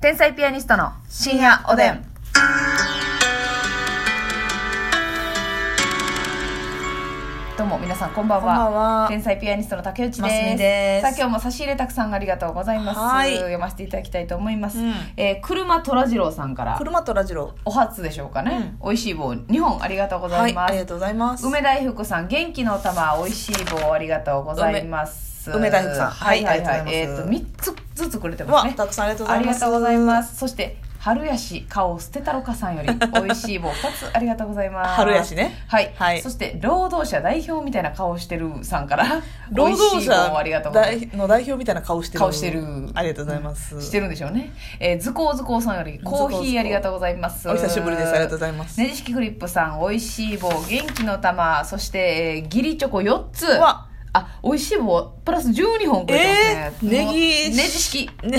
天才ピアニストの深夜おでん。どうも皆さんこんばんは。こんばんは天才ピアニストの竹内ますです。みですさあ今日も差し入れたくさんありがとうございます。はい読ませていただきたいと思います。うんえー車虎次郎さんから。車とラジロお初でしょうかね、美味しい棒2本ありがとうござはいいまあす、りがとうございます梅大福さん元気の玉美味しい棒ありがとうございます梅梅大福さんはいはいはいありがとうござえいっ、まとす3つずつくれてますわねたくさんありがとうごあざいりまがすとうございますそして春やし顔捨てたろかさんより美味しい棒2つありがとうございます春やしねはい、はいそして労働者代表みたいな顔してるさんから 労働美味しい棒ありがと者うございます代の代表みたいな顔してる顔してるありがとうございます、してるんでしょうね、えー、ずこうずこうさんよりコーずこうヒずーこうありがとうございますお久しぶりですありがとうございますねじ式クリップさんおいしい棒元気の玉そして、えー、ギリチョコ4つう わあおいしい棒プラス12本くれてますね、えーもうネギねじ式ね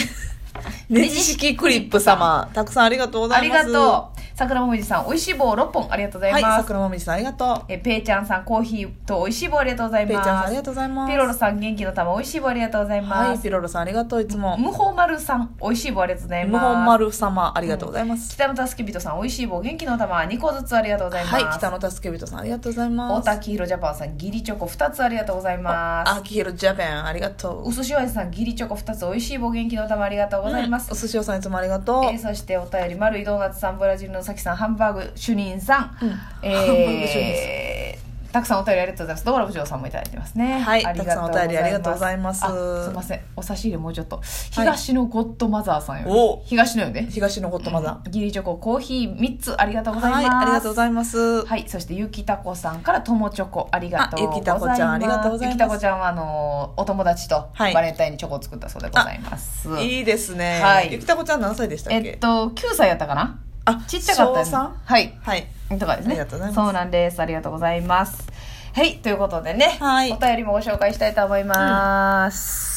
ねじ式クリップ様たくさんありがとうござあいりまがすとう桜もみじさんおいしい棒6本ありがとうございます、はい桜もみじさんありがとえーペイちゃんさんコーヒーとおいしい棒ありがとうございうペイまちすゃんさんありがとうございますピロロさん元気の玉おいしい棒ありがとうございはまいす、ピロロさんありがとういつも無法丸さんおいしい棒ありがとうございます無本丸様ありがとうございます、北の助け人さん、おいしい棒、元気の玉、2個ずつありがとうございます。はい北野助人さんありがとうございます大滝ひろジャパンさん、ギリチョコ2つありがとうございます。あきひろジャパンありがとうすしおやじさん、ギリチョコ2つ、おいしい棒、元気の玉、ありがとううございまうんす。お寿司屋さんいつもありがとう、えーそしてお便り、丸いドーナツさん、ブラジルのさきさん、ハンバーグ主任さん、うんハンバーグ主任えー、たくさんお便りありがとうございます。ドーラ部長さんもいただいてますね。はいありがとうござたくさんお便りありがとうございますあすみません、お差し入れもうちょっと。東のゴッドマザーさんより、お東のよね。東のホットマザー、ギリチョコ、コーヒー3つありがとうございます。はい、ありがとうございます。はい、そしてゆきたこさんからともチョコありがとうございます。あゆきたこちゃんありがとうございますゆきたこちゃんはあのお友達とバはいレンタインにチョコを作ったそうでございます。いいですね。はいゆきたこちゃん何歳でしたえっけ？っと9歳やったかな。あちっちゃかったよね小三はい。はい。とかですね。ありがとうございますそうなんです。ありがとうございます。はい、ということでね、はいお便りもご紹介したいと思います。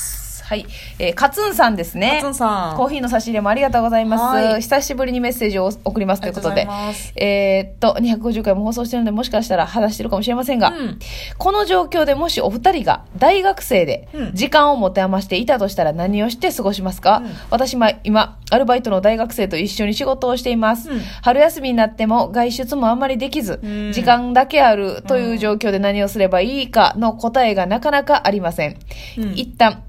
はい、えー、カツンさんですね。カツンさんコーヒーの差し入れもありがとうございます。はい久しぶりにメッセージを送りますということあでりがとうございます。えーっと、250回も放送してるので、もしかしたら話してるかもしれませんが、うんこの状況でもしお二人が大学生でうん時間を持て余していたとしたら何をして過ごしますか、うん私は今、アルバイトの大学生と一緒に仕事をしています。うん春休みになっても外出もあんまりできず、うん時間だけあるという状況で何をすればいいかの答えがなかなかありません。うん一旦、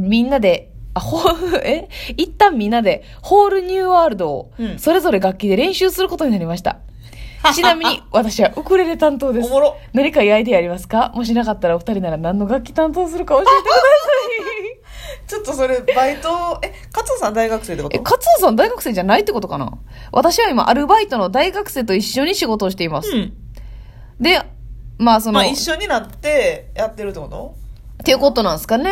みんなで、あ、ほ、 え一旦みんなで、ホールニューワールドをう、んそれぞれ楽器で練習することになりました。ちなみに、私はウクレレ担当でおす。もろ。何かいいアイデアありますかもしなかったらお二人なら何の楽器担当するか教えてく ださい。ちょっとそれバイトえ加藤さん大学生ってこえ、と？カツオさん大学生じゃないってことかな私は今、アルバイトの大学生と一緒に仕事をしています。うん。で、まあその、まあ一緒になってやってるってこと？っていうことなんですかね。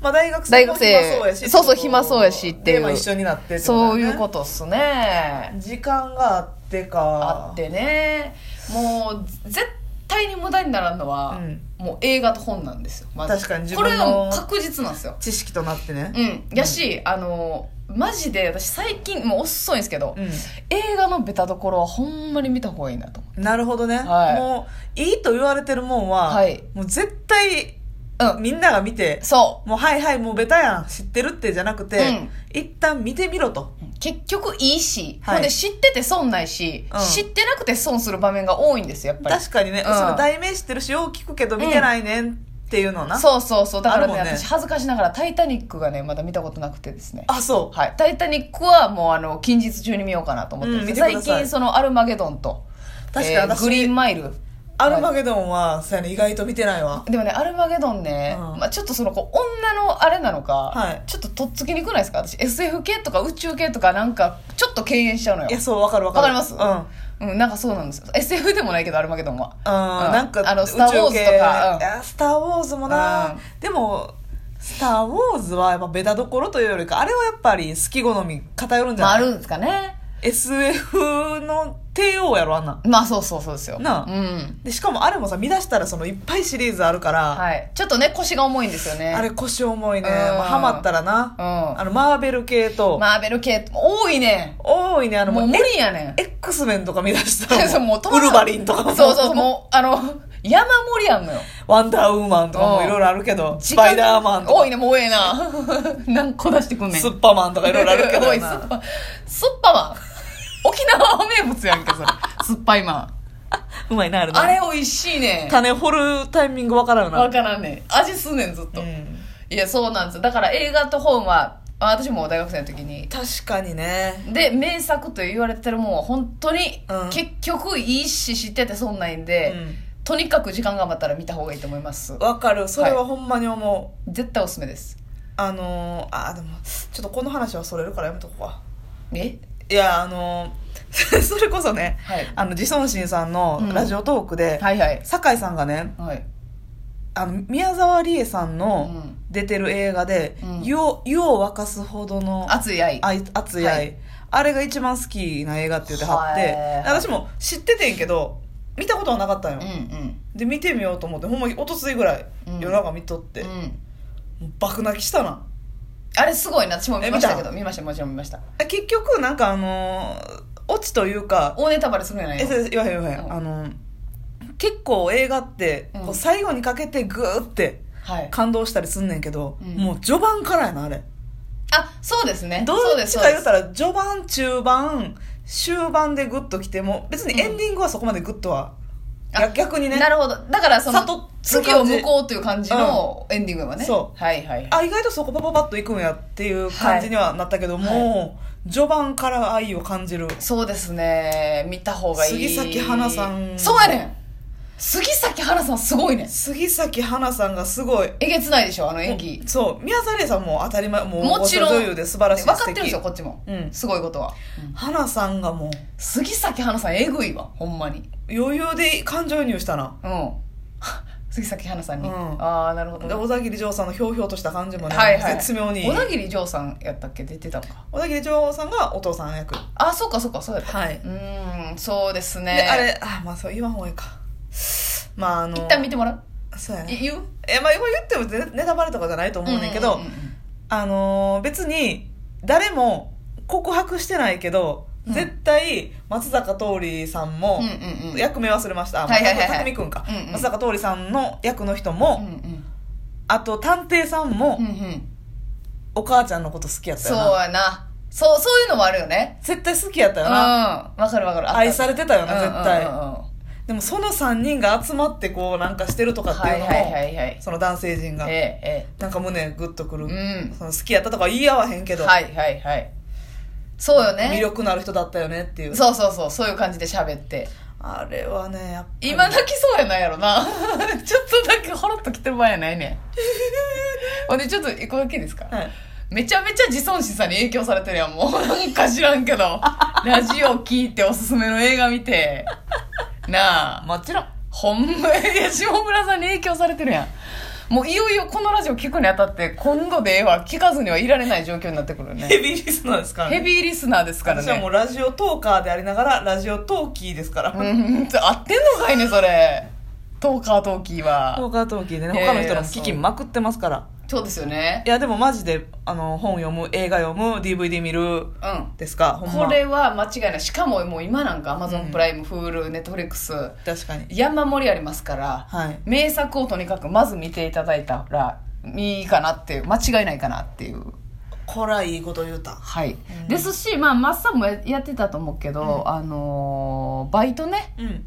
まあ大学生大学生も暇そうやしそうそう暇そうやしっていうでまあ一緒になってってことだよそうねいうことっすね。時間があってかあってねもう絶対に無駄にならんのは、うんもう映画と本なんですよ、まず確かに自これ分のはもう確実なんですよ知識となってねう。んやし、あのマジで私最近もう遅いんですけど、うん映画のベタどころはほんまに見た方がいいなと思なるほどね、はいもういいと言われてるもんは、はいもう絶対うみんなが見てうそもうはいはいもうベタやん知ってるってじゃなくて、うん一旦見てみろとう結局いいし、はいほんで知ってて損ないし、うん知ってなくて損する場面が多いんですよやっぱり確かにね、うんその題名知ってるしよう聞くけど見てないねんっていうのな、そうそうそうだからねあるもんね私恥ずかしながら「タイタニック」がねまだ見たことなくてですねあそうはい、タイタニックはもうあの近日中に見ようかなと思ってるんですけど、うん見てくださ最い近そのアルマゲドンと確かにえー私グリーンマイルアルマゲドンはそうやね意外と見てないわでもねアルマゲドンね、うんまあ、ちょっとそのこう女のあれなのか、はいちょっととっつきにくないですか私 SF 系とか宇宙系とかなんかちょっと敬遠しちゃうのよいやそうわかるわわかかるりますうん、うん、なんかそうなんですよ SF でもないけどアルマゲドンはうんなんかあのスター・ウォーズと宇宙系か、いやスター・ウォーズもな、うんでもスター・ウォーズはやっぱベタどころというよりかあれはやっぱり好き好み偏るんうんじゃまあ、なあい、るんですかね SF の帝王やろあんなんまあそうそうそうですよなあうんでしかもあれもさ見出したらそのいっぱいシリーズあるから、はい、ちょっとね腰が重いんですよねあれ腰重いね、うんまあ、ハマったらな、うんあのマーベル系と、マーベル系多いね多いねあのもう無え理やねん X メンとか見出した らそうもう止まらウん ルヴァリンとかもそうそう、もう、あの、山盛りあんのよ。ワンダーウーマンとかもいろいろあるけど、スパイダーマンと多かい、ね、もうええな。 何個出してくんねん。スッパマンとかいろいろあるけ おどい、スッな。パ、スッパマン。沖縄名物やんけ、 それ。酸っぱいマうまいな、あれン。なあれ美味しいね。種掘るタイミングわからんな。わからんねん。味すんねん、ずっと。うんいや、そうなんですよ。だから映画と本は、あ私も大学生の時に。確かにね。で、名作と言われてるもんは本当にうん、結局いいし知ってて損ないんで、とにかく時間が余ったら見た方がいいと思います。わ、かる。それはほんまに思う。絶対おすすめです。あのー、あー、でも、ちょっとこの話はそれるからやめとこうか。えいや、あのー、 それこそね、はい。あの、自尊心さんのラジオトークで、はいはい。酒井さんがね、はい。あの、宮沢りえさんのうん出てる映画で、うん湯を、湯を沸かすほどの熱い愛。愛熱い愛、はいあれが一番好きな映画って言ってはっはて、いで私も知っててんけど、見たことはなかったんよ。うんうん。で見てみようと思ってほんまにおとついぐらいうん夜中見とって、うもん。う爆泣きしたなあれすごいな。私も見ましたけえ見ど、見ました、もちろん見ました。え結局なんかあのーオチというか大ネタバレするんやないえよ。そう言わへん言わへん、うんあのー結構映画ってうんこう最後にかけてグーってはい。感動したりすんねんけど、うんもう序盤からやなあれあ、そうですね。どっそうですちそうかで言うすたら序盤中盤終盤でグッときても別にエンディングはそこまでグッとは、あ逆逆にねなるほど。だからそ悟のる感、じ次を向こうという感じのエンディングはね。そはいはい。あ意外とそこパパパッと行くんやっていう感じにはなったけど、もう序盤から愛を感じるそうですね。見た方がいい。杉咲花さんそうやねん。杉咲花さんすごいねん。杉咲花さんがすごいえげつないでしょ、あの演技もう。そう宮沢りえさんも当たり前もうもちろん大御所女優で素晴らしい分かってるんですよ、こっちも。うんすごいことは。うん花さんがも杉咲花さん、えぐいわ、ほんまに。う余裕で感情移入したなうん。杉咲花さんに。うんああ、なるほどねで。小田切丈さんのひょうひょうとした感じもね、はいはい。絶妙に小田切丈さんやったっけ出てたのか。小田切丈さんがお父さん役あ、そうかそうか、そうやった。はいうーん、そうですね。であれあまあそう言わん方がいいかまああの一旦見てもらうそうやいね言うえまあ今言っても全ネタバレとかじゃないと思うねんけうど、んうんうんあのー別に誰も告白してないけど、うん絶対松坂桃李さんも、うんうんうん役名忘れました、はいはいはいはい松坂匠君か、うんうん松坂桃李さんの役の人うんも、うんあと探偵さんも、うんうんお母ちゃんのこと好きやったそうよなやなそうそういうのもあるよね絶対好きやったうんよな、わかるわかる 愛されれてたよな、絶対、うんうんうんうんでもその3人が集まってこうなんかしてるとかってはいういのも、はいはいはいその男性陣が、ええなんか胸グッとくる、ええその好きやったとか言い合わへんけうど、んはいはいはいそうよ魅ね力のある人だったよねっていうそうそうそうそういう感じで喋ってあれはねやっぱり今泣きそうやないやろな ちょっとだけほろっときてる場合やないね んほんでちょっと一個だけですかはいめちゃめちゃ自尊心さんに影響されてるやん、もう。 なんか知らんけど。ラジオ聞いておすすめの映画見て。なあ。もちろんほんま、いや、下村さんに影響されてるやん。もういよいよこのラジオ聞くにあたって、今度では聞かずにはいられない状況になってくるヘね。ビーリスナーですからヘねビーリスナーですから私はもねう。ラジオトーカーでありながらラジオトーキーですから、うん、合ってんのかいね、それ。トーカートーキートは。ーカートーキーでねいや他いのや人の聞きまくってますからそうですよねい。やでもマジであの本読む映画読む DVD 見るうん。ですかほんまこれは間違いない。しかももう今なんか Amazon プライム、Hulu、Netflix、確かに山盛りありますから。はい名作をとにかくまず見ていただいたらいいかなっていう間違いないかなっていうこらいいこと言うたはい、うんですしまあマッサンもややってたと思うけど、あのーバイトねうん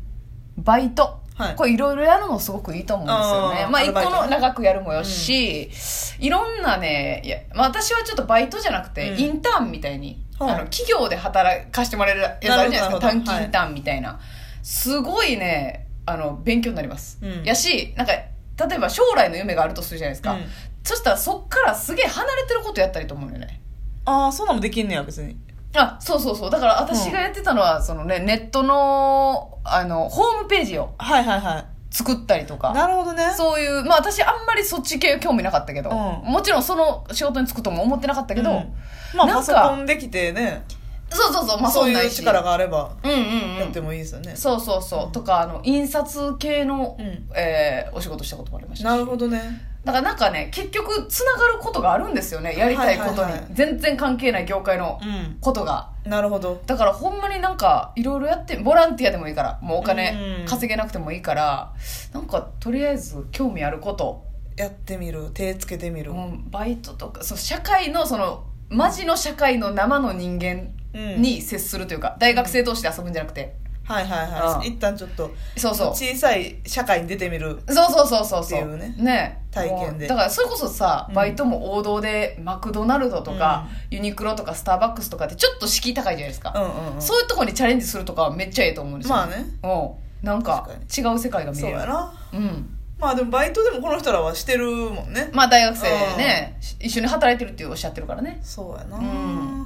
バイト、はいこれいろいろやるのもすごくいいと思うんですよねあーまあア一ル個バイトねの長くやるもよし、いろんなねいや、まあ、私はちょっとバイトじゃなくて、うんインターンみたいに、はいあの企業で働かしてもらえるやつあるじゃないですかなるほどなるほ短ど期インターンみたいな、すごいねあの勉強になります、うんやしなんか例えば将来の夢があるとするじゃないですか、うんそしたらそっからすげえ離れてることやったりと思うのよねああそんなんもできんねや別にあそうそうそうだから私がやってたのは、そのねネットのあのホームページをはいはいはい作ったりとかなるほどねそういう、まあ私あんまりそっち系興味なかったけど、うもちろんその仕事に就くとも思ってなかったけど、うんまあなパんソかコンできてねそうそうそう、まあそそうういなうい力力があればうんうんうやっんて。もいいですよね、そうそうそう。とか、あの、印刷系の、うんえーお仕事したこともありましたし。なるほどねだからなんかね結局つながることがあるんですよねやりたいことはいにはいはい全然関係ない業界のうんことがなるほどだからほんまになんかいろいろやってボランティアでもいいからもうおう金ん稼げなくてもいいからなんかとりあえず興味あることやってみる手つけてみるもうバイトとかその社会のそのマジの社会の生の人間うんに接するというか大学生同士で遊ぶんじゃなくてはいはいはい、うん一旦ちょっとそうそう小さい社会に出てみるそうそうそうそうそうっていうね体体験でだからそれこそさうんバイトも王道で、マクドナルドとか、ユニクロとかスターバックスとかってちょっと敷居高いじゃないですうか、んうん、うん、そういうところにチャレンジするとかはめっちゃええと思うんですよ、まあねうんなんか違う世界が見そうえるやなうんまあでもバイトでもこの人らはしてるもんね、まあ大学生ね、し一緒に働いてるっておっしゃってるからねそうやな、う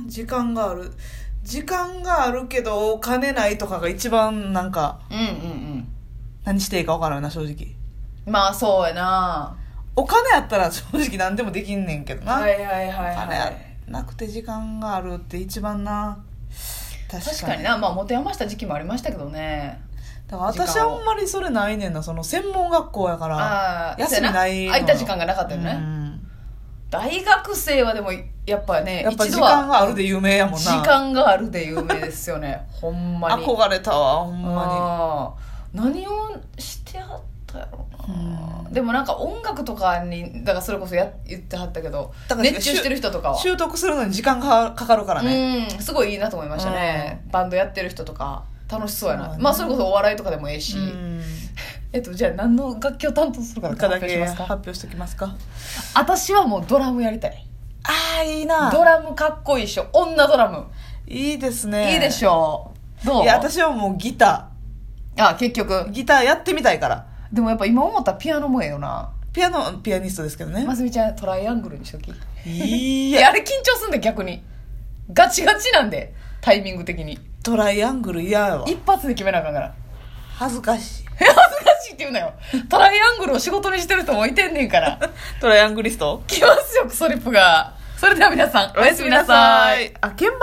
時間がある時間があるけどお金ないとかが一番なんかうんうんうん何していいか分からんな正直まあそうやなお金あったら正直何でもできんねんけどな、はいはいはいおは金あいなくて時間があるって一番な確かに確かになまあ持て余した時期もありましたけどねだから私あんまりそれないねんなその専門学校やからああ休みないのよ空いた時間がなかったよね、うん大学生はでもやっぱねやっぱ一時度は間があるで有名やもんな時間があるで有名ですよ ねほんまに憧れたわほんまあー何をしてはったやろうな、うんでもなんか音楽とかにだからそれこそや言ってはったけどだから熱中してる人とかには習得するのに時間がかかるからね、うんすごいいいなと思いましたね、バンドやってる人とか楽しそうやな、そうやねまあそれこそお笑いとかでもええし、うんえっとじゃあ何の楽器を担当するか発かだ表しけます発か表しておきますか私はもうドラムやりたいああいいなドラムかっこいいっしょ女ドラムいいですねいいでしょょうどういや私はもうギタあ結局ーギターやってみたいからでもやっぱ今思ったらピアノもええよなピアノピアニストですけどね、ますみちゃんトライアングルにしときいいややあれ緊張すんで逆にガチガチなんでタイミング的にトライアングル嫌やわ一発で決めなあかんから恥ずかしい恥ずかしいって言うなよトライアングルを仕事にしてる人もいてんねん からトライアングリスト来ますよクソリップがそれでは皆さんおやすみなさいあ鍵盤